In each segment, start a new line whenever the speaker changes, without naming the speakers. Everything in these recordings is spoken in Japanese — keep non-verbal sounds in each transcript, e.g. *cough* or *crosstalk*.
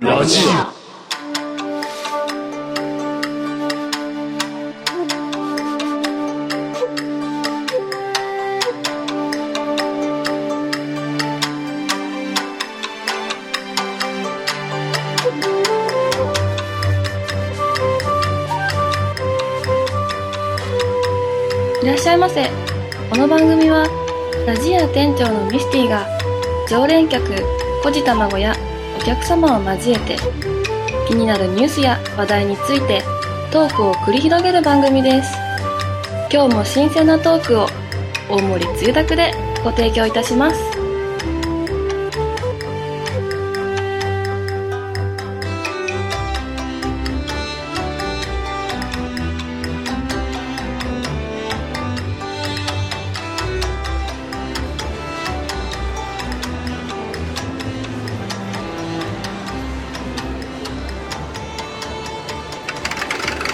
ラジ
いらっしゃいませこの番組はラジア店長のミスティが常連客コジ卵やお客様を交えて気になるニュースや話題についてトークを繰り広げる番組です今日も新鮮なトークを大盛りつゆだくでご提供いたします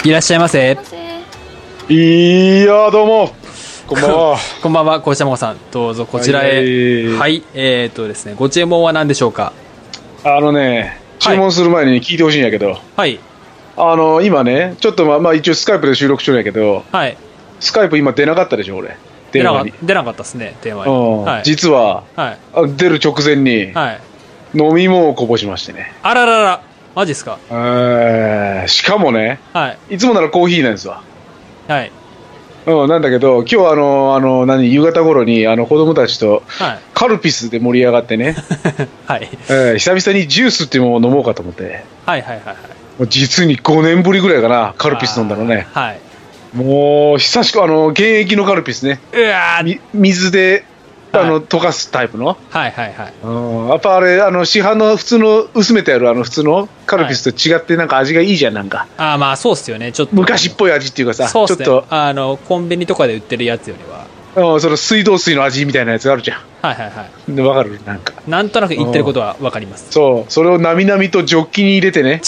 いらっしゃいませ。
オいやーどうもこんばんは
こんばんは、こうしたまこさん。どうぞこちらへ。
は
はいい、えー、っとですね、ご注文は何でしょうか
*laughs* あのね
はい
注文する前に聞いてほしいんやけど、
はい。
あの今ねちょっとまあまあ一応スカイプで収録してるんやけど
はい。
スカイプ今出なかったでしょ俺
出
電
なか
話
っ
に
出なかったですね、電話に。
うん
はい。
実は
はい。
あ出る直前に
はい。
飲み物をこぼしましてね、
あらららら、マジっすか
えーしかもね
はい。
いつもならコーヒーなんですわ
はい。
うん、なんだけど、今日あの、あの、何、夕方頃に、あの、子供たちと、
はい。 *laughs*
カルピスで盛り上がってね、 *laughs*
はい。
えー久々にジュースっていうものを飲もうかと思って、
はいはいはいはい。
もう実に5年ぶりぐらいかな、カルピス飲んだのね。
あーはい。
もう、久しく、あの、現役のカルピスね。
うわー
み水で、あの、
は
溶かすタイプの。
はいはいはい。
うん、やっぱあれ、あの、市販の普通の、薄めてあるあの、普通のカルピスと違って、なんか味がいいじゃん、なんか。
ああ、まあそうっすよね。ちょっと。
昔っぽい味っていうかさ、
そうっ
ちょ
す
っ
ね
と。、
あの、コンビニとかで売ってるやつよりは。
うん、その水道水の味みたいなやつあるじゃ
はいはいはい。
ん。でわかるなんか。
なんとなく言ってることはわかります。
そう、それをなみなみとジョッキに入れて
*laughs*
ね。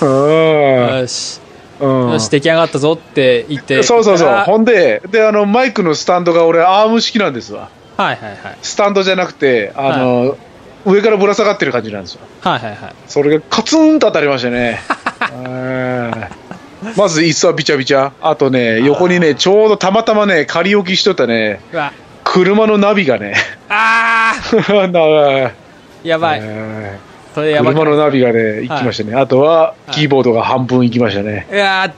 うん
よし。
うん
よし、出来上がったぞって言って。
そうそうそう。
あ
ほんで、で、あの、マイクのスタンドが俺、アーム式なんですわ。
はいはいはい。
スタンドじゃなくて、あの、上からぶら下がってる感じなんですよ。
はいはいはい。
それがカツンと当たりましたね。うんまず椅子はびちゃびちゃ。あとね、横にね、ちょうどたまたまね、仮置きしとったね、
うわ、
車のナビがね、 *laughs*
あ
な
ーやばい。
え
それ
ー
やばい。
車の
うわ
ナビがね、行きましたね。あとは、
はい
キーボードが半分行きましたね。
ー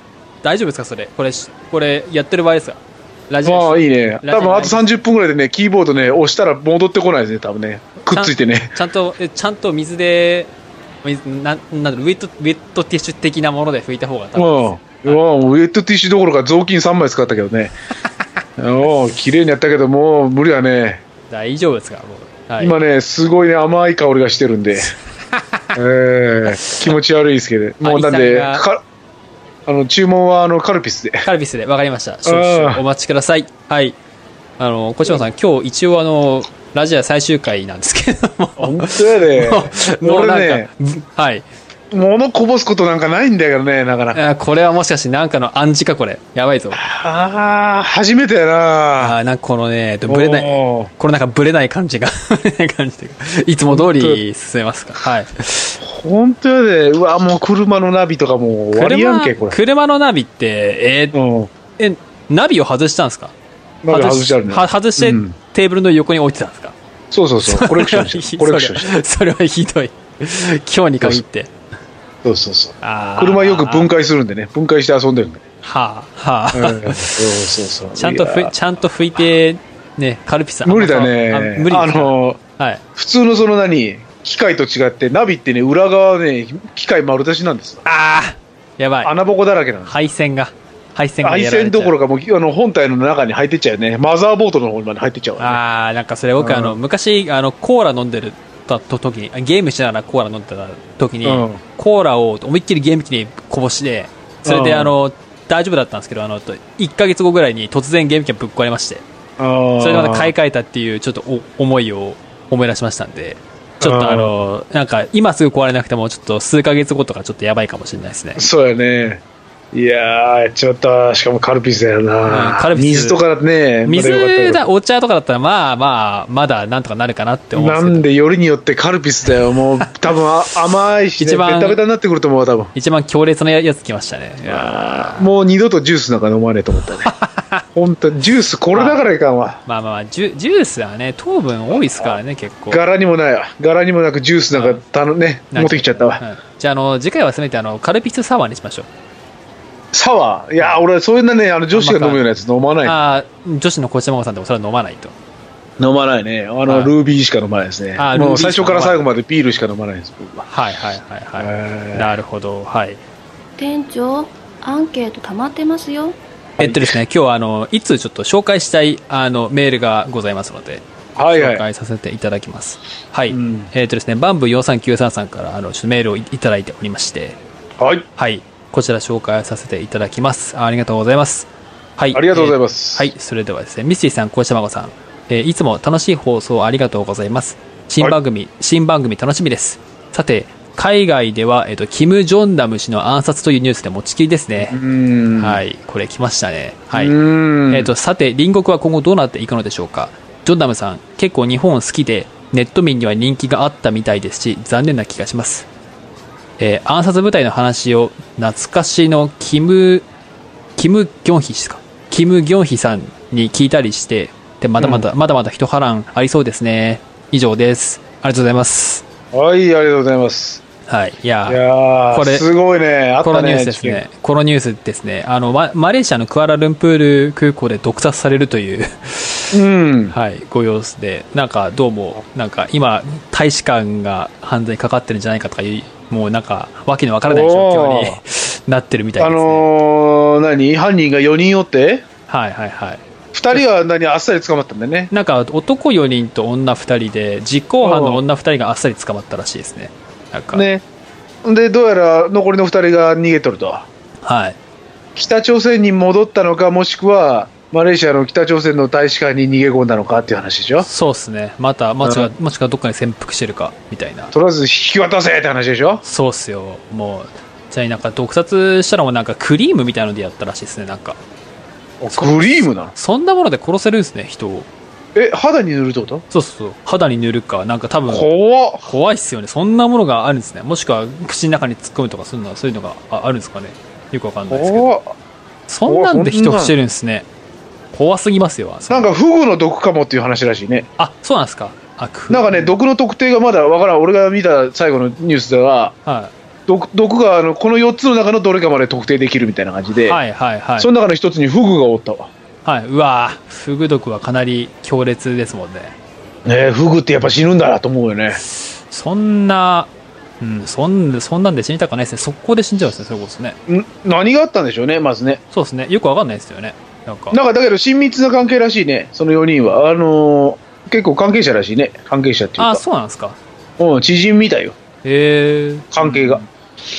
大丈夫ですかそれ。これ、しこれ、やってる場合ですかラジ
ま
オ
あ
です
いいね。
ラジオ
多分あと30分ぐらいでね、キーボードね、押したら戻ってこないですね、多分ね。くっついてね。
ちゃんと、えちゃんと水で、水なんなんだろうウェット、ウェットティッシュ的なもので拭いた方が多
うん。
分
うんウェットティッシュどころか雑巾3枚使ったけど
*laughs*
ね。うん、綺麗にやったけど、もう無理だね。
大丈夫ですかもう。はい。
今ね、すごいね、甘い香りがしてる
*laughs*
んで。えー気持ち悪いですけど。もうなんで、
あいさ
かあの注文はあのカルピスで。
*laughs* カルピスで、わかりました。少々お待ちください。はい。あの、小島さん、今日一応あの、ラジオ最終回なんですけど *laughs* も。
本当やで。
もう
俺
なん
ね
か、、はい。
物こぼすことなんかないんだけどね、なかなか。
あーこれはもしかしてなんかの暗示かこれ。やばいぞ。
ああ、初めてやな。
あーなんかこのね、ぶれない、
おー
これなんかぶれない感じが、 *laughs* ぶれない感じというかいつも通り進めますか。はい。
本当やで、うわ、もう車のナビとかもう終わりやんけ、こ
車
れ。
車のナビって、えー
うん。
え、ナビを外したんですか
ナビ外してあるね。
は外して、
うん
テーブルの横に置いてたんですか
そうそうそう、コレクションしてる。コレクションして
*laughs*
る。
それはひどい。 *laughs* 今日に限って。
そうそうそう。
あー
車よく分解するんでね、分解して遊んでるんで。
はあ、はあ。
うんそうそうそう。
ちゃんと
い
ふ
や
い、ちゃんと拭いて、ね、カルピス
無理だ
あ
ね。
無理
あ
ですか
の、
はい。
普通のその何、機械と違って、ナビってね、裏側はね、機械丸出しなんですよ。
ああやばい。
穴ぼこだらけなんです。
配線が配線が
配
やられちゃ
線
う
どころかもうあの本体の中に入ってっちゃうよね。マザーボードの方にまで入ってっちゃうわね。
ああなんかそれ僕、
うん
あの昔あのコーラ飲んでるたと時にあゲームしながらコーラ飲んでた時に、
うん
コーラを思いっきりゲーム機にこぼしてそれで、
うん
あの大丈夫だったんですけどあのと1ヶ月後ぐらいに突然ゲーム機がぶっ壊れましてそ
そ
れでまた買い替えたっていうちょっとお思いを思い出しましたんでちょっ
うん
とあのなんか今すぐ壊れなくてもちょっと数ヶ月後とかちょっとやばいかもしれないですね
そうやね。いやー、やっちまった。しかもカルピスだよな。
うんカルピス
水とかね、まだよかったけ
水
ど
だ、お茶とかだったら、まあまあ、まだなんとかなるかなって思うんです
な
けど
んでよりによってカルピスだよ。もう、多
*laughs*
分あ甘いし、ね、
一
ベ
番
タベタになってくると思うわ、多分。
一番強烈なやつ来ましたね。いや
もう二度とジュースなんか飲まねえと思ったね。
*laughs*
本当ジュースこれだからいかんわ。
まあまあまあジュ、ジュースはね、糖分多いですからね、結構。
柄にもないわ。柄にもなくジュースなんか頼ね、
なん
持ってきちゃったわ。
うんじゃあ、あの、次回はせめて、あの、カルピスサワーにしましょう。
サワー。いやー、俺、そういうのね、あの女子が飲むようなやつ飲まない。
ああー、女子の小島子さんでもそれは飲まないと。
飲まないね。あ
はい
の、ルービーしか飲まないですね。
あー
も
ルービー
う
しか飲まない
最初から最後までビールしか飲まないです、僕は。
はいはいはいはい。
えー
なるほど、はい。
店長アンケート溜まってますよ
えっとですね、今日はあの、いつちょっと紹介したい、あの、メールがございますので、
はい
紹
はい。
介させていただきます。はい。
うん
えっとですね、バンブ43933さんから、あの、ちょっとメールをいいただいておりまして、
はい。
はい。こちら紹介させていただきます。あありがとうございます。はい。
ありがとうございます
えーはい。それではですね、ミスティさん、小島子さん、えーいつも楽しい放送ありがとうございます。新番組、新番組楽しみです。さて、海外では、えっ、と、キム・ジョンダム氏の暗殺というニュースで持ちきりですね
う。ーん。
はい。これ来ましたね。はい。
うーん
えっ、と、さて、隣国は今後どうなっていくのでしょうか。ジョンダムさん、結構日本好きで、ネット民には人気があったみたいですし、残念な気がします。えー暗殺部隊の話を、懐かしのキム、キム・ギョンヒ氏か。キム・ギョンヒさんに聞いたりして、で、まだまだ、まだまだ人波乱ありそうですね。以上です。ありがとうございます。
はい、ありがとうございます。
はい。いやー
いや
こ
こ
れ
れすごいね。あっ
この
た
ニュー
ね。
スですね。このニュースですね。あの、ママレーシアのクアラルンプール空港で毒殺されるという、
事件うん。
はい、ご様子で、なんかどうも、なんか今、大使館が犯罪にかかってるんじゃないかとかいう、もうなんか、わけのわからない状況
お
になってるみたい
あ
ですね。
のー、何犯人が4人おって、
はいはいはい。
2人は何あっさり捕まったんだよね。
なんか男4人と女2人で、実行犯の女2人があっさり捕まったらしいですね。なんか、
ね。で、どうやら残りの2人が逃げとると。
はい。
北朝鮮に戻ったのか、もしくは、マレーシアの北朝鮮の大使館に逃げ込んだのかっていう話でしょ。
そうですね。また、もしくは
うん
もしくはどっかに潜伏してるか、みたいな。
とりあえず引き渡せって話でしょ。
そうっすよ。もう、じゃあなんか毒殺したのもなんかクリームみたいのでやったらしいですね。なんか、
グリームなの
そんなもので殺せるんですね、人を。
え、肌に塗るってこと
そうそうそう。肌に塗るか、なんか多分、
怖っ。
怖いっすよね。そんなものがあるんですね。もしくは、口の中に突っ込むとか、そういうのそういうのがああるんですかね。よくわかんないですけど。
怖っ
そんなんで人
怖っそんな
してるんですね。怖すぎますよ。それ
なんか、フグの毒かもっていう話らしいね。
あ、そうなんですか。あ、く
なんかね、毒の特定がまだわからん。俺が見た最後のニュースでは、
は
毒毒があのこの4つの中のどれかまで特定できるみたいな感じ
い、
で、
はい、はい、はい。
その中の一つにフグがおったわ。
はい、うわぁ、フグ毒はかなり強烈ですもんね。
ねえ、フグってやっぱ死ぬんだなと思うよね。
そんな、うん、そんそんなんで死にたくないですね。速攻で死んじゃうんですね、そういうことですね。
ん何があったんでしょうね、まずね。
そうですね。よくわかんないですよね。なんか。
なんかだけど親密な関係らしいね、その4人は。あのー結構関係者らしいね、関係者っていう
あ、
か。
そうなんですか。
うん、知人みたいよ、
へえ
関係が。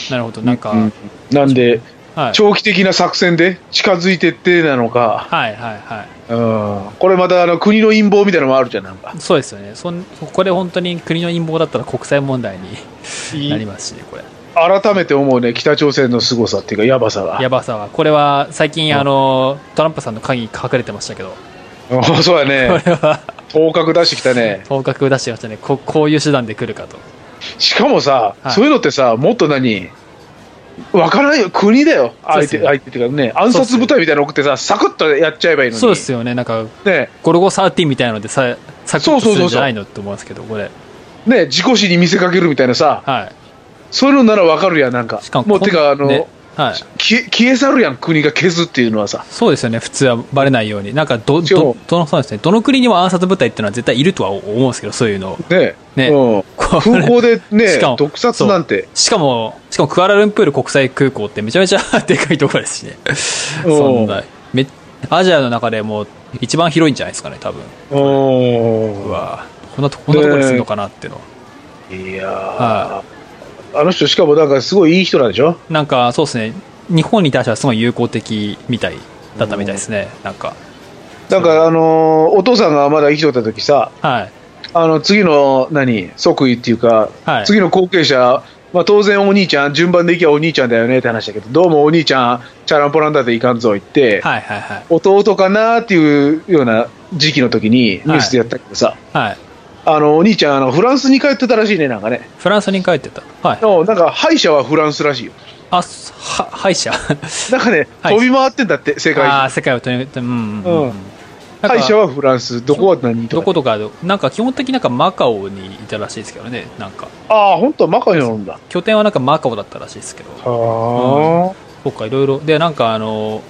なるほど。なんか、
うんなんで、
はい。
長期的な作戦で近づいてってなのか、
はいはいはい。
うん、これまたあの国の陰謀みたいなのもあるじゃん、なんか。
そうですよね。そんこれ本当に国の陰謀だったら国際問題になりますしね、これ。
改めて思うね、北朝鮮の凄さっていうか、やばさが。
やばさは。これは最近、
うん
あの、トランプさんの鍵隠れてましたけど、
うん *laughs* そうや
こ
ね。
*laughs* れは
頭角出してきたね。
本格出してましたね。ここういう手段で来るかと。
しかもさ、
はい
そういうのってさ、もっと何わからないよ、国だよ、
そうで
相
す
手、
よ
相手っていうかね、暗殺部隊みたいなの送ってさ、サクッとやっちゃえばいいのに。
そうですよね。なんか、
ね
ゴルゴ13みたいなのでさ、サクッとす
そうそうそう
る
そ
ん
う
じゃないのって思うんですけど、これ。
ね、自己死に見せかけるみたいなさ、
は
そういうのならわかるやん、なんか。
い。しかも、
もう、てか、あの、
ねはい。
消え消え去るやん、国が消すっていうのはさ。
そうですよね、普通はバレないように、なんかど、
そ
ど
う、
どの、そうですね、どの国にも暗殺部隊っていうのは絶対いるとは思うんですけど、そういうの。
ね。
ね
うん、
*laughs* これ
空港でね
*laughs* しかも、
毒殺なんて。
しかも、しかもクアラルンプール国際空港ってめちゃ *laughs* めちゃでかいところですしね。そんな、め、アジアの中でも一番広いんじゃないですかね、多分。
うん
うわこんなとこ、こんなところにするのかなっていうの。
いやー、
は
あの人、しかもなんかすごいいい人なんでしょ
なんか、そうですね、日本に対してはすごい友好的みたい、だったみたいですね、なんか。
なんか、あのーお父さんがまだ生きとった時さ、
はい。
あの次の何即位っていうか、
はい
次の後継者まあ、当然お兄ちゃん、順番でいきゃお兄ちゃんだよねって話だけど、どうもお兄ちゃん、チャランポランダでいかんぞ言って、
はいはいはい。
弟かなっていうような時期の時にニュースでやったけどさ、
はい。
あの、お兄ちゃん、あの、フランスに帰ってたらしいね、なんかね。
フランスに帰ってた。はい。
の、なんか、歯医者はフランスらしいよ。
あ、すは、歯医者。
なんかね、
はい
飛び回ってんだって、世界
あ
中
あ、世界を取り、うん。
うん
なんか
歯医者はフランス、どこは何と
ど
か。
ことか、なんか基本的になんかマカオにいたらしいですけどね、なんか。
ああ、本当はマカオなんだ。
拠点はなんかマカオだったらしいですけど。
は
そっか、いろいろ。で、なんかあの、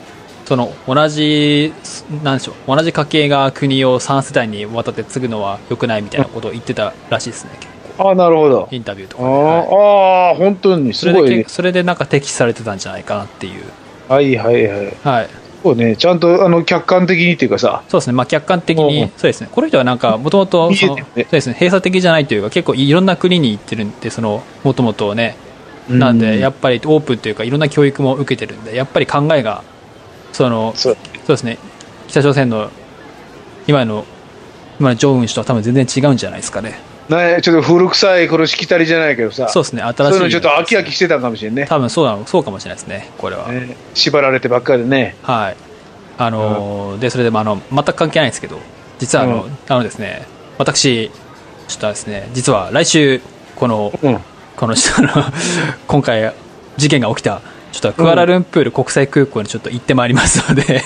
その、同じ、すなんでしょう、同じ家系が国を3世代にわたって継ぐのは良くないみたいなことを言ってたらしいですね、
あ。ああ、なるほど。
インタビューと
あ
か
ー
で。はい
あー、本当に
そ
す
れ
ごい
で
ね
け。それでなんか敵視されてたんじゃないかなっていう。
はいはいはい。
はい。
そうね、ちゃんとあの客観的にっていうかさ、
そうですね、まあ、客観的
うんう
に
ん、
そうですね、この人はなんか、もともと、
*laughs* 見えて
そ
る
の
ね
そうですね、閉鎖的じゃないというか、結構いろんな国に行ってるんで、その、もともとね、なんで、や
っ
っぱりオープンというか、いろんな教育も受けてるんで、やっぱり考えが、その、
そう
そうですね、北朝鮮の、今の、今のジョンウン氏とは多分全然違うんじゃないですかね。
ね、ちょっと古臭いこのしきたりじゃないけどさ、
そう
う
ですね、新しい。
そういうのちょっと飽き飽きしてたんかもしれんね。
多分そうなの、そうかもしれないですね、これは。
ね縛られてばっかりでね。
はい。あのーで、それで、まあ、あの、全く関係ないんですけど、実はあの、
う
あのですね、私、ちょっとですね、実は来週、この、
うん。
この、 *laughs* あの、今回、事件が起きた、ちょっとクアラルンプール国際空港にちょっと行ってまいりますので、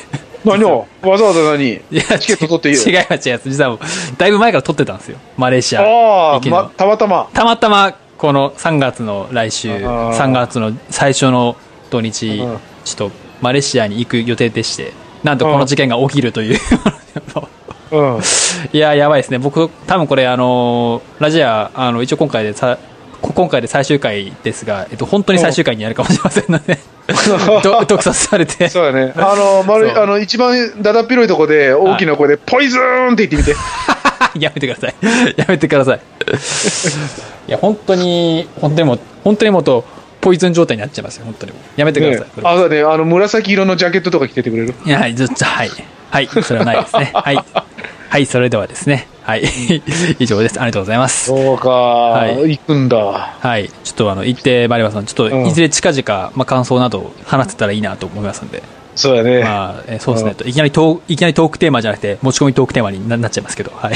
何をわざわざ何
いや
チケット取っていいよ
*laughs* 違います、違います。実はもう、だいぶ前から取ってたんですよ、マレーシア。
あ
行
あ、
きの
ま、たまたま。
たまたまこの3月の来週
あー
3月の最初の土日
うん
ちょっとマレーシアに行く予定でしてなんとこの事件が起きると
*laughs*
いう
うん。
いややばいですね僕多分これあのラジアあの一応今回でさこ今回で最終回ですが、えっと、本当に最終回になるかもしれませんのでど毒殺されて
*laughs* そうだね。あの、丸い、
そう
あの、一番だだっ広いとこで、大きな声で、ポイズーンって言ってみて。
やめてください。やめてください。いや、本当に、本当にもう、本当にもうと、ポイズン状態になっちゃいますよ、本当にもう。やめてくださ
ね
い。これ
あ、そうだね。あの、紫色のジャケットとか着ててくれる
いや、はい、ずっと、はい。はい、それはない
*laughs*
ですね。はい。はい、それではですね。はい。 *laughs* 以上です。ありがとうございます。
そうか、
い
行くんだ。
はい。ちょっとあの、行ってまいりますので、ちょっ
う
と、
ん
いずれ近々、まあ、感想など話せたらいいなと思いますんで。
そうだね。
まあ、えそうですね。いきなりトーク、いきなりトークテーマじゃなくて、持ち込みトークテーマにななっちゃいますけど。はい。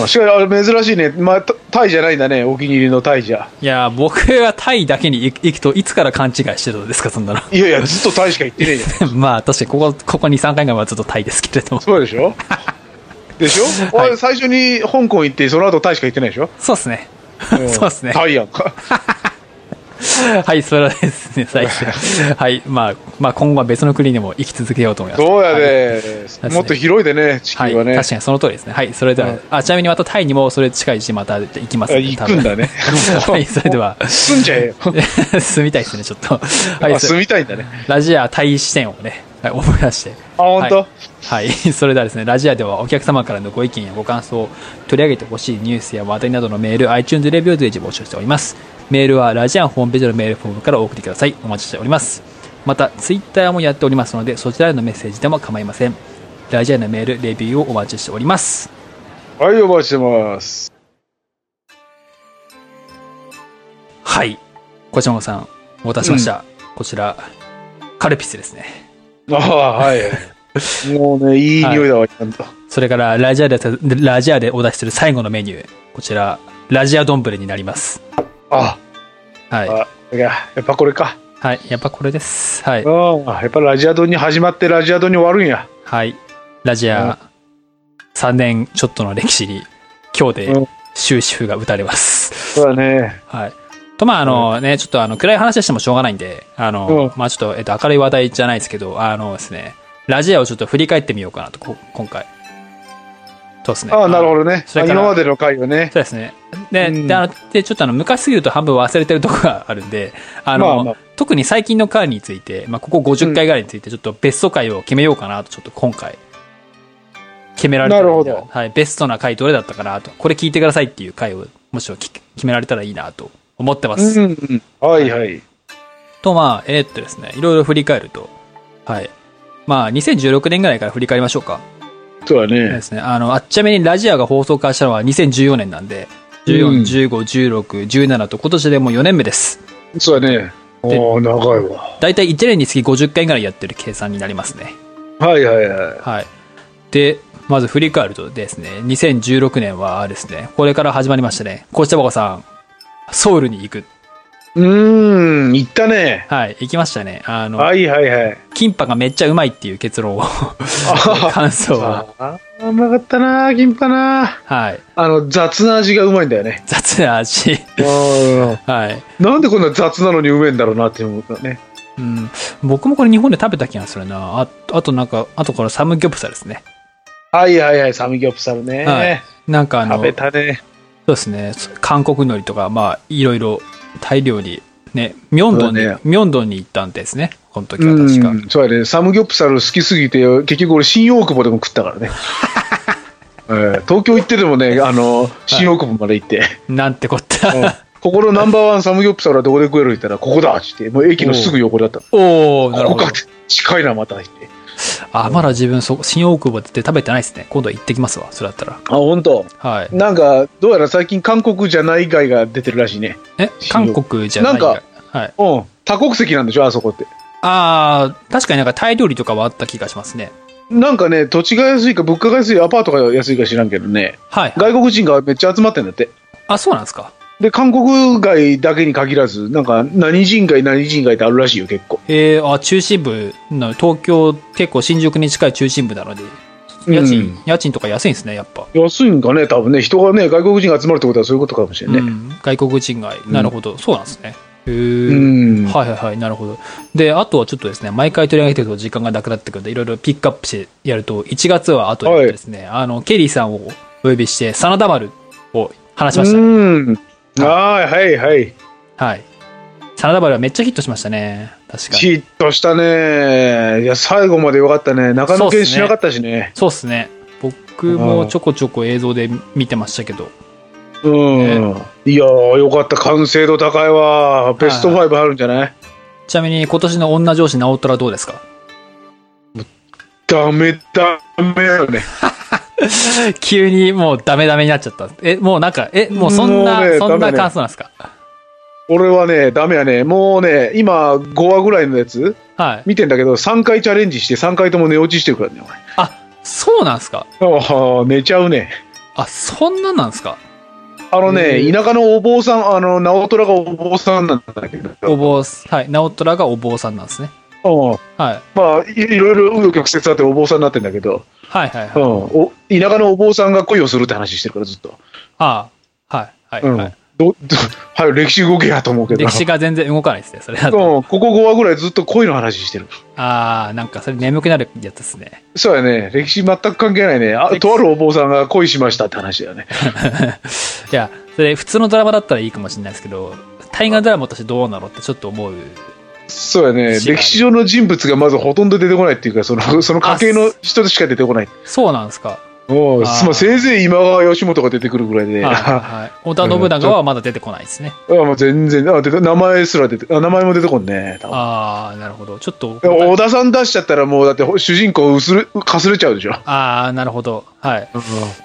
うん、しかもあれ珍しいね、まあ、タタイじゃないんだね、お気に入りのタイじゃ。
いや、僕はタイだけに行く行くと、いつから勘違いしてたんですか、そんなの。
いやいや、ずっとタイしか行ってねえじゃん。
*laughs* まあ、確かにここ、ここ2、3回がはずっとタイですけれども。
そうでし *laughs* ょでしょ、
はい
俺最初に香港行って、その後タイしか行ってないで *laughs* しょ、
そうですね。
ん
そうですね。
タイやん *laughs* か。
*laughs* はい、それはですね、最初。はい、まあ、まあ今後は別の国でも生き続けようと思います。
そうや
はい
で、
ね
もっと広いでね、地球
はい、
はね。
確かにその通りですね。はい、それでは、
うん
あ、ちなみにまたタイにもそれ近いし、また行きます
あ
で
行くんだね
多分はい、それで
*laughs*
は、 *laughs*
住んじゃえよ。
住みたいですね、ちょっと。は
あ
い、そ
住みたいんだね。
ラジアタイ視点をね、はい、思い出して。
あ、本当、
はいはい、 *laughs* それではですね、ラジアではお客様からのご意見やご感想を取り上げてほしいニュースや話題などのメール、iTunes レビューで募集しております。メールはラジアンホームページのメールフォームからお送りください。お待ちしております。また、ツイッターもやっておりますので、そちらへのメッセージでも構いません。ラジアのメール、レビューをお待ちしております。
はい、お待ちしてます。
はい。こちらもさん、お待たせしました。こちら、カルピスですね。
ああ、はい。
*laughs*
もうね、いい匂いだわ、ちゃんと。
それから、ラジアで、ラジアでお出しする最後のメニュー。こちら、ラジア丼になります。
あ、
はい。
あいや、やっぱこれか。
はい、やっぱこれです。はい。
うん、やっぱラジアドに始まってラジアドに終わるんや。
はい。ラジ
う
ア3年ちょっとの歴史に、今日で
うん
終止符が打たれます。
そうだね。
はい。と、まあ、あのね、ちょっとあの、暗い話してもしょうがないんで、あの
う、
まあ、ちょっと、えっと、明るい話題じゃないですけど、あのですね、ラジアをちょっと振り返ってみようかなと、こ今回。そうですね。
ああ、なるほどね。
そ
あ
れから
今までの回をね。
そうですね。で、
うん
であのでちょっとあの、昔すぎると半分忘れてるとこがあるんで、あの、
まあまあ
特に最近の回について、まあ、ここ50回ぐらいについて、ちょっとベスト回を決めようかなと、ちょっと今回、決められたらいい
なるほど
はい、ベストな回どれだったかなと、これ聞いてくださいっていう回を、もしろ決められたらいいなと思ってます。
うんうん、はいはい。
と、まあ、えーっとですね、いろいろ振り返ると、はい。まあ、2016年ぐらいから振り返りましょうか。
そうだ
そうで
ね。
すね。あの、あっちゃめにラジアが放送開始したのは2014年なんで、
うん
14、15、16、17と今年でもう4年目です。
そうだね。おお長いわ。
大体1年につき50回ぐらいやってる計算になりますね。
はいはいはい。
はい。で、まず振り返るとですね、2016年はですね、これから始まりましたね。こうしたばこさん、ソウルに行く。
うーん、行ったね。
はい、行きましたね。あの、
はいはいはい。
キンパがめっちゃうまいっていう結論を、 *laughs* 感想を。
ああ、うまかったな、キンパな。
はい。
あの、雑な味がうまいんだよね。
雑な味。
うん
はい。
なんでこんな雑なのにうめえんだろうなって思うね。
うん。僕もこれ日本で食べた気がするな。ああとなんか、あとこのサムギョプサルですね。
はいはいはい、サムギョプサルね。
はいなんかあの、
食べたね。
そうですね。韓国海苔とか、まあ、いろいろ大量に、ね、ミョンドンに、
そうだね
ミョンドンに行ったんですね。この時は確か。
うん、そうやね。サムギョプサル好きすぎて、結局俺、新大久保でも食ったから *laughs* ね。えー東京行ってでもね、あの、新大久保まで行って、
なんてこった。
うんここのナンバーワンサムギョプサルはどこで食えるって言ったら、ここだって言って、もう駅のすぐ横だった。
*laughs* おおなる
ここ
ほど
か。近いな、また行って。
あ、まだ自分、そ、新大久保って食べてないですね。今度行ってきますわ。それだったら。
あ、本当。
はい。
なんか、どうやら最近韓国じゃない以外が出てるらしいね。
え、韓国じゃない
なんか
はい。
うん。多国籍なんでしょ、あそこって。
ああ確かになんかタイ料理とかはあった気がしますね。
なんかね、土地が安いか、物価が安い、アパートが安いか知らんけどね、
はい。
外国人がめっちゃ集まってんだって。
あ、そうなんですか。
で、韓国街だけに限らず、なんか、何人街、何人街ってあるらしいよ、結構。
えー、あ、中心部の、東京、結構新宿に近い中心部なので、家賃、
うん
家賃とか安いんですね、やっぱ。
安いんかね、多分ね、人がね、外国人が集まるってことはそういうことかもしれ
う
ないね。
ん、外国人街、なるほど、そうなんですねへ
う
ー
ん。
はいはいはいなるほどであとはちょっとですね毎回取り上げてると時間がなくなってくるのでいろいろピックアップしてやると1月はあとでですね、あのケリーさんをお呼びして真田丸を話しましたね、
うん。あーはいはい。
はい真田丸はめっちゃヒットしましたね確かに
ヒットしたね。いや、最後までよかったね。中野
そうっ
県
すね
しなかったしね。
そうっすね僕もちょこちょこ映像で見てましたけど
うん。いやー、よかった。完成度高いわ。ベスト5入るんじゃない
ちなみに今年の女上司直ったらどうですか
ダメ、ダメだよね。
急にもうダメダメになっちゃったえもうなんかえもうそんな、
もうね
そん
ダメ
な
ね
感想なんですか
俺はね、ダメやね。もうね、今、5話ぐらいのやつ
はい
見てんだけど、3回チャレンジして、3回とも寝落ちしてるからね、
あ、そうなんすか
俺。ああ、寝ちゃうね。
あ、そんななんすか
あのね、
へえ
田舎のお坊さん、あの、直虎がお坊さんなんだけど、
お坊す、はい、直虎がお坊さんなんですね。
うん、
はい。
まあ、いいろいろ紆余曲折あってお坊さんになってんだけど、
はいはいは
う
い。
ん、お田舎のお坊さんが恋をするって話してるから、ずっと。
ああはいはい
うん。
はい。
ど *laughs* どはい、歴史動けやと思うけど。
歴史が全然動かないですね、それだと。
うん、ここ5話ぐらいずっと恋の話してる。
ああなんかそれ眠くなるやつですね。
そうやね、歴史全く関係ないね。あ
歴史
とあるお坊さんが恋しましたって話だよね。
いや、それ普通のドラマだったらいいかもしれないですけど、大河ドラマとしてどうなのってちょっと思う。
そうやね、
違う
歴史上の人物がまずほとんど出てこないっていうか、そのその家系
あ
の人しか出てこない。
そうなんですか。
おう
あー
まあ、せいぜい今川義元が出てくるぐらいで、
はい
あ
はい。織田信長はまだ出てこないですね。
もう全然 *laughs* あ出て、名前すら出て、あ名前も出てこんね。多分
ああなるほど。ちょっと、
小田さん出しちゃったら、もうだって主人公薄れ、かすれちゃうでしょ。
ああなるほど。はい。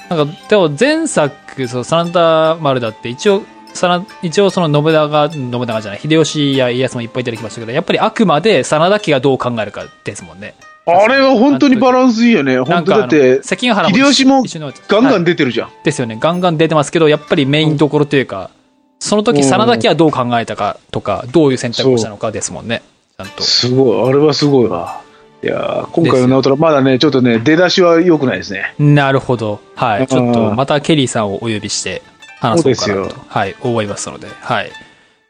なんか、でも前作、その、真田丸だって、一応、さな一応その信長、信長じゃない、秀吉や家康もいっぱい出てきましたけど、やっぱりあくまで真田家がどう考えるかですもんね。
あれは本当にバランスいいよね、
なん
本当
かあの、
だって、
関ヶ原も
秀吉も
一緒の
ガンガン
はい
出てるじゃん。
ですよね、ガンガン出てますけど、やっぱりメインどころというか、その時
うん
真田家はどう考えたかとか、どういう選択をしたのかですもんね、ちゃんと。
すごい、あれはすごいわ。いやー今回の直虎、まだね、ちょっとね、出だしは良くないですね。
なるほど。は
う
い。
ん
ちょっと、またケリーさんをお呼びして話そうか
そう
な
です
と、はい、思いますので、はい。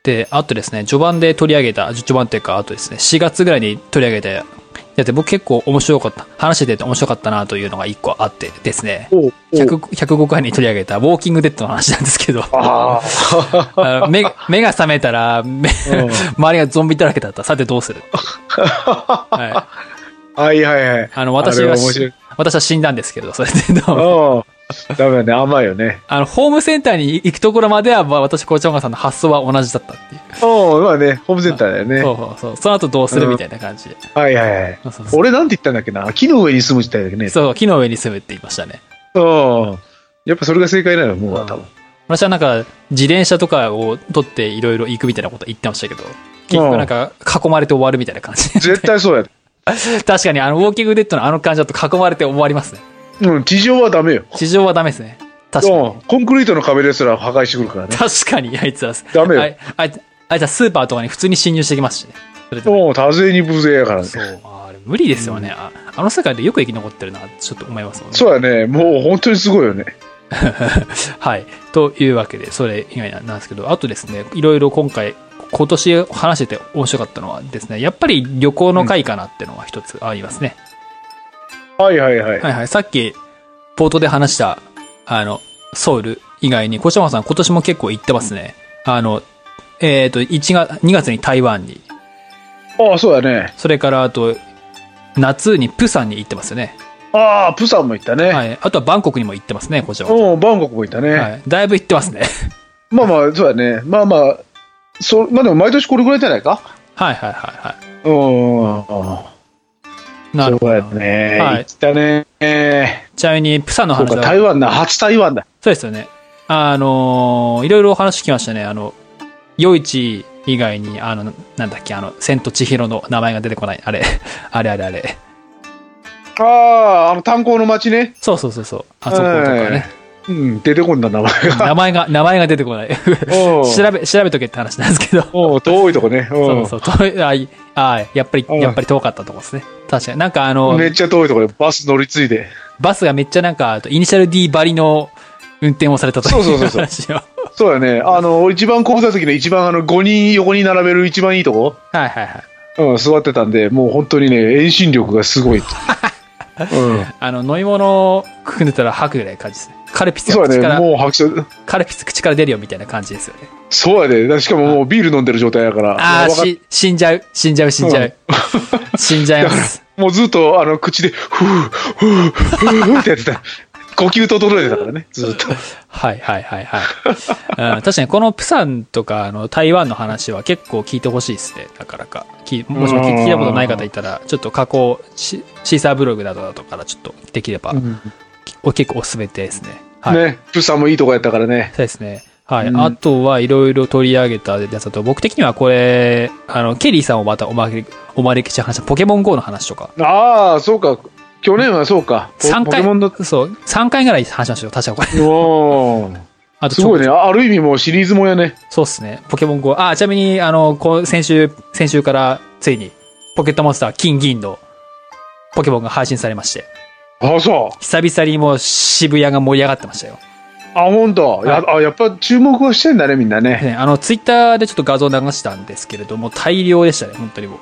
で、あとですね、序盤で取り上げた、じ序盤っていうか、あとですね、4月ぐらいに取り上げて、やって僕結構面白かった、話してて面白かったなというのが1個あってですね、
おうおう
100 105回に取り上げた、ウォーキングデッドの話なんですけど、
ああ。
あの目目が覚めたら、目
うん
周りがゾンビだらけだった。さてどうする
*laughs*
はい。
はいはいはい。
あの、私
あれ
は
面白い、
私は死んだんですけど、それでどう
うん。ダメだね、甘いよね。
あの、ホームセンターに行くところまでは、まあ、私、コーチョンガさんの発想は同じだったっていう。
うん、まあね、ホームセンターだよね。
そうそうそう。その後どうするみたいな感じで。
はいはいはい
そうそう。そう
俺なんて言ったんだっけな木の上に住む時代だっけね。
そう、木の上に住むって言いましたね。
うん。やっぱそれが正解なの、もう多分。
私はなんか、自転車とかを取っていろいろ行くみたいなこと言ってましたけど、結局なんか囲まれて終わるみたいな感じ。 *laughs*
絶対そうやで。
確かにあの、ウォーキングデッドのあの感じだと囲まれて終わりますね。
うん、地上はダメよ。
地上はダメですね。確か
うん
に。、
コンクリートの壁ですら破壊してくるからね。
確かに、あいつは。
ダメよ
あいあいつあいつはスーパーとかに普通に侵入してきますしね。それで
もう多勢に無勢やからね。
そう。あれ無理ですよね、あ。あの世界でよく生き残ってるな、ちょっと思いますもんね。
そうやね。もう本当にすごいよね。
*laughs* はい。というわけで、それ以外なんですけど、あとですね、いろいろ今回、今年話してて面白かったのはですね、やっぱり旅行の回かなってのは一つありますね。
はいはいはい。
はいはい。さっき、冒頭で話した、あの、ソウル以外に、小島さん今年も結構行ってますね。あの、えっ、と、1月、2月に台湾に、
ああ、そうやね。
それからあと、夏にプサンに行ってますよね。
ああ、プサンも行ったね。
はい。あとはバンコクにも行ってますね、こちらは。
うん、バンコクも行ったね。
はい。だいぶ行ってますね。 *laughs*
まあまあ、そうやね。まあまあ、そうまあでも毎年これぐらいじゃないか。
はいはいはいは
うん。そ
い。なるほ
う
ど。
やね。
はい
行ったね。
ちなみに、プサンの
そう
話は
か、台湾だ。初台湾だ。
そうですよね。あのーいろいろお話聞きましたね。あの、夜市以外に、あの、なんだっけ、あの、千と千尋の名前が出てこない。あれ、 *laughs* あれあれあれ。
ああ、あの炭鉱の町ね。
そうそうそうそう。あそことかね。
うん、出てこんだ名前が。
名前が、名前が出てこない。
*laughs* おう
調べ、調べとけって話なんですけど。
おう遠いとこね。
そ
うん
うそう。遠いあいあ、やっぱり、
うん
やっぱり遠かったとこですね。確かに。なんかあの、
めっちゃ遠いとこでバス乗り継いで。
バスがめっちゃなんか、あとイニシャル D ばりの運転をされたという
そうそうそうそう
話を。
そうだね。あの、一番後座席の一番あの、5人横に並べる一番いいとこ、
はいはいはい。
うん、座ってたんで、もう本当にね、遠心力がす *laughs* ごい。うん。
あの、飲み物を組んでたら吐くぐらいの感じですね。カルピス
そ
が
う
口か
やね。
ら、
もう拍手。
カルピス口から出るよみたいな感じですよね。
そうやで、だしかももうビール飲んでる状態やから。
ああ、
わかっ
し、死んじゃう、死んじゃう、死んじゃう。死んじゃいます。
もうずっと、あの、口で、ふぅ、ふぅ、ふぅってやってた。呼吸整えてたからね、ずっと。
はいはいはいはい。うん、確かにこのプサンとかあの台湾の話は結構聞いてほしいですね。なかなか。きもしも聞
うん
聞いたことない方いたら、ちょっと加工し、シーサーブログなどだとかからちょっとできれば、きお結構おすすめですね。はい。
ね、プサもいいとこやったからね。
そうですね。はい。
うん
あとはいろいろ取り上げたやつだと、僕的にはこれ、あの、ケリーさんをまたおまけ、お招きして話したポケモン GO の話とか。
ああ、そうか。去年はそうか。ポ
3
ポケ
回
モンの、、
そう、三回ぐらい話しましたよ、確か
*laughs*
これ。
おー
あと
す
ちょ
ごいね。ある意味もうシリーズもんやね。
そうっすね。ポケモン GO。あ、ちなみに、あの、こう先週、先週から、ついに、ポケットモンスター金銀のポケモンが配信されまして、
あそう。
久々にもう渋谷が盛り上がってましたよ。
あ、ほんと。や、あ、やっぱ注目はしてんだね、みんなね。
ねあの、ツイッターでちょっと画像流したんですけれども、大量でしたね、本当にもう。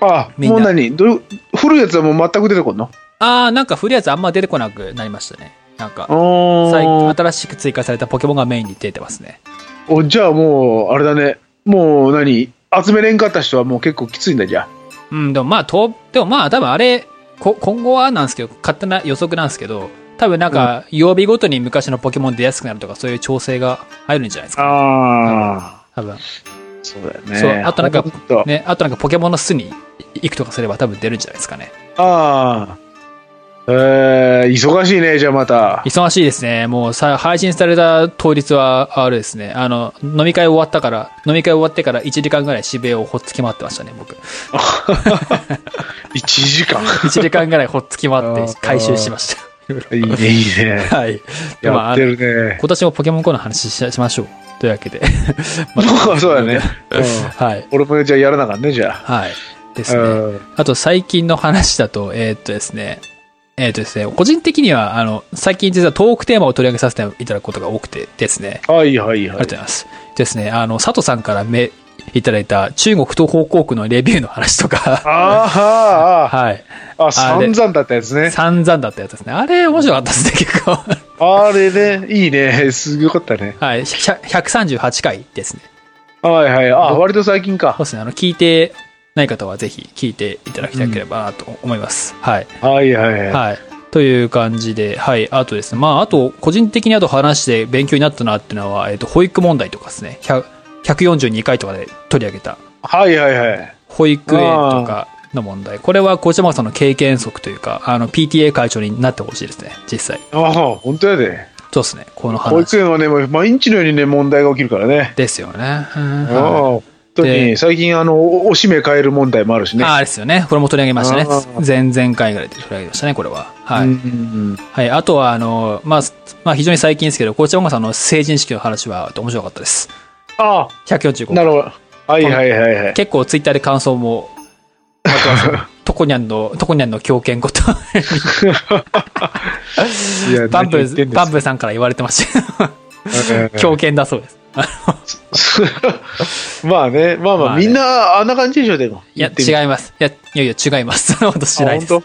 あ、
みんな
もう何どう古いやつはもう全く出てこんの
あー、なんか古いやつあんま出てこなくなりましたね。なんか、
お
最
ー
新しく追加されたポケモンがメインに出てますね。
お。じゃあもう、あれだね。もう何集めれんかった人はもう結構きついんだじゃあ。
うん、でもまあ、と、でもまあ、多分あれ、こ今後はなんですけど、勝手な予測なんですけど、多分なんか、曜日ごとに昔のポケモン出やすくなるとか、そういう調整が入るんじゃないですか。
ああ、
多分。
そうだよね。
そうあとなんか
ほと
ね、あとなんかポケモンの巣に行くとかすれば多分出るんじゃないですかね。
ああ、えー、忙しいね、じゃあまた。
忙しいですね。もうさ、配信された当日は、あれですね、あの、飲み会終わったから、飲み会終わってから1時間ぐらい渋谷をほっつき回ってましたね、僕。
1時
*laughs*
間。
1時間ぐらいほっつき
*laughs*
回って回収しまし
いいね、いいね。 *laughs*
た。はい。でもあ
やっ
の
てるね。
今年もポケモン GO の話ししましょう。というわけで。
*laughs* そうだね。う
*laughs*
ん
はい。
俺もじゃあやらなあかんね、じゃ
はい。ですね。
あ。うん
あと最近の話だと、えーっとですね。えーっとですね、個人的には、あの、最近実はトークテーマを取り上げさせていただくことが多くてですね。
はいはいは
ありがとう
い
ご。ざいます。ですね、あの、佐藤さんからめ、いただいた中国東方航空のレビューの話とか、
あ
はい。
あ、あ、散々だったやつね。
散々だったやつですね。あれ面白かったですね、結構。 *laughs*
あれね、いいね。すごかったね。
はい。100 138回ですね。
はいはい。あ、割と最近
そう
か。
ですね、あの、聞いてない方はぜひ聞いていただきたければなと思います。はい。
はいはいはい。
はい。という感じで、はい。あとですね、まあ、あと、個人的にあと話して勉強になったなっていうのは、えっ、と、保育問題とかですね、100 142回とかで取り上げた、
はいはいはい。
保育園とかの問題。これは、小島さんの経験則というか、あの、PTA 会長になってほしいですね、実際。
ああ、本当やで。
そうですね。この
保育
話
園はね、もう毎日のようにね、問題が起きるからね。
ですよね。うん
ああ
はい
本当に
で
最近、あの、おおしめ変える問題もあるしね。
ああですよね。これも取り上げましたね
あ。
前々回ぐらいで取り上げましたね、これは。はい。
うんうん
はい。あとは、あの、まあ、すまあ、非常に最近ですけど、こちらさんの成人式の話は面白かったです。
ああ、
145
なるほど。はいはいはいはい。
結構ツイッターで感想
*laughs*
も、待ってますよトコニャンの、トコニャンの狂犬こと、バンブー、
いや何言ってんですか
バンブーさんから言われてました。
うん
狂犬だそうです。
*laughs* まあね、まあま
まあ
あ、
ね
みんなあんな感じでしょ、でも。
いや、
言ってみて
違います。いや、いやいや、違います。そんなことしないです
あ。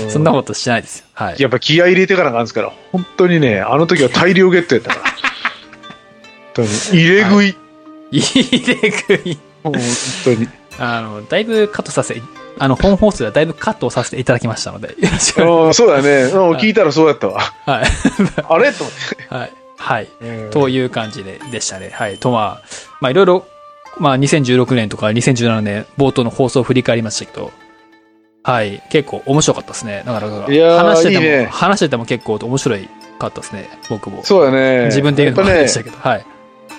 本
そんなことしないですよ。はい。
やっぱ気合い入れてからなんですから、本当にね、あの時は大量ゲットやったから。本当に入れ食い。
いでくい。
本当に。
あの、だいぶカットさせ、あの、本放送ではだいぶカットをさせていただきましたので、よろしく。
うんそうだね。うん聞いたらそうやったわ。
はい。
あれと思っ
*laughs* はい。はい。
て。
という感じで、でしたね。はい。とまあ、まあ、いろいろ、まあ、2016年とか2017年、冒頭の放送を振り返りましたけど、はい。結構面白かったですね。なかなか。
いやー
話してても
いいね
話してても結構面白いかったですね。僕も。
そうだね。
自分で言うのもあ
やっ
れ
ぱ
で
ね
したけど、はい。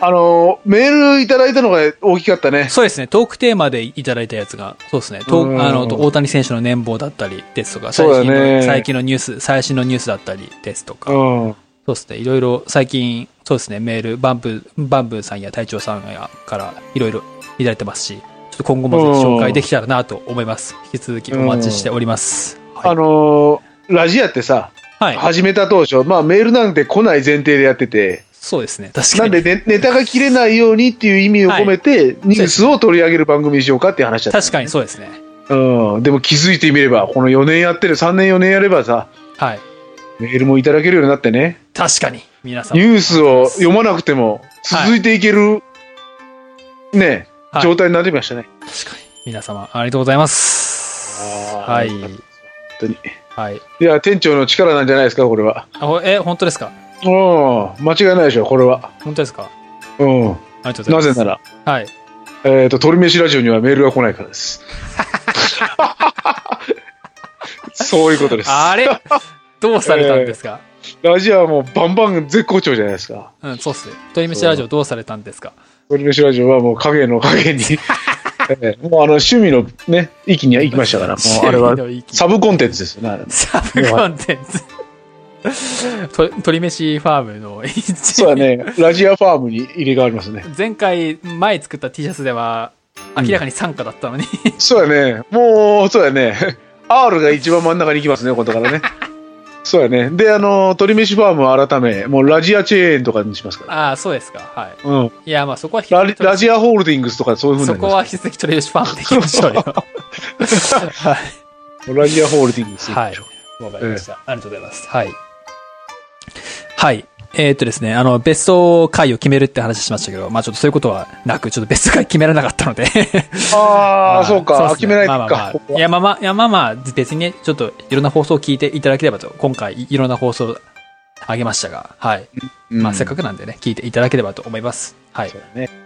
あの、メールいただいたのが大きかったね。
そうですね、トークテーマでいただいたやつが、そうですね、トー
うん
あの大谷選手の年俸だったりですとか、最
そうだ
近の、
ね
最近のニュース、最新のニュースだったりですとか、
うん。
そうですね、いろいろ最近、そうですね、メール、バンブー、バンブーさんや隊長さんやから、いろいろいただいてますし、ちょっと今後もぜひ紹介できたらなと思います。引き続きお待ちしております。
あ
はい。
の、ラジアってさ、
はい、
始めた当初、まあメールなんて来ない前提でやってて、
そうですね、確
な
か
んで
に。
ネネタが切れないようにっていう意味を込めて、ニュースを取り上げる番組にしようかっていう話だった。
確かにそうですね。
うん、でも気づいてみれば、この4年やってる、3年4年やればさ、
はい。
メールもいただけるようになってね、
確かに、皆さん。
ニュースを読まなくても続いていける、ね、
はい
状態になってきましたね。
確かに。皆様、ありがとうございます。
あー
はい。
本当に。
はい。
いや、店長の力なんじゃないですか、これは。
あほえ、本当ですか
うん、間違いないでしょ、これは。
本当ですか
うん、
ありがとうご
な
ざい
ぜ
ます。
なら、
なら。はい。
えっ、と、鳥飯ラジオにはメールが来ないか
*laughs*
らです。そういうことです。
あ
*laughs*
れどうされたんですか、
ラジオはもうバンバン絶好調じゃないですか。
うん、そうっすね。鳥飯ラジオどうされたんですか
鳥飯ラジオはもう影の
*laughs*
影に、ええもうあの趣味のね、域には行きまし
*laughs*
たから、もうあれは
趣味の域
サブコンテンツですよねあれ、
サブコンテンツ。と鳥飯ファームの一
そうだね、ラジアファームに入れ替わりますね。
前回、前作った T シャツでは、明らかに参加だったのに、
そうだね、もう、そうだね、R *laughs* が一番真ん中に行きますね、こ
*laughs*
こからね。そうだね。で、あの、鳥飯ファームは改め、もうラジアチェーンとかにしますから。
*laughs* ああ、そうですか。はい。
うん。
いや、まあそこは引き
ラ
続
リ
き
ラジアホールディングスとかそういうふうにな
そ
りま
こ
すか
は引き続き鳥飯ファームでいきましょうよ。 *laughs* はい。
らラジアホールディングス。
はい。わかりました、ありがとうございます。はい。はい。えーっとですね、あの、ベスト回を決めるって話しましたけど、まあちょっとそういうことはなく、ちょっとベスト回決められなかったので。
あ
ま
あ、そう
っ
か。
すね
決めない
まあまあま
か
あ。
ここはい
や、まあまあ、いや、まあまあ、別にね、ちょっといろんな放送を聞いていただければと、今回いろんな放送あげましたが、はい。まあせっかくなんでね、聞いていただければと思います。はい。
そうだね。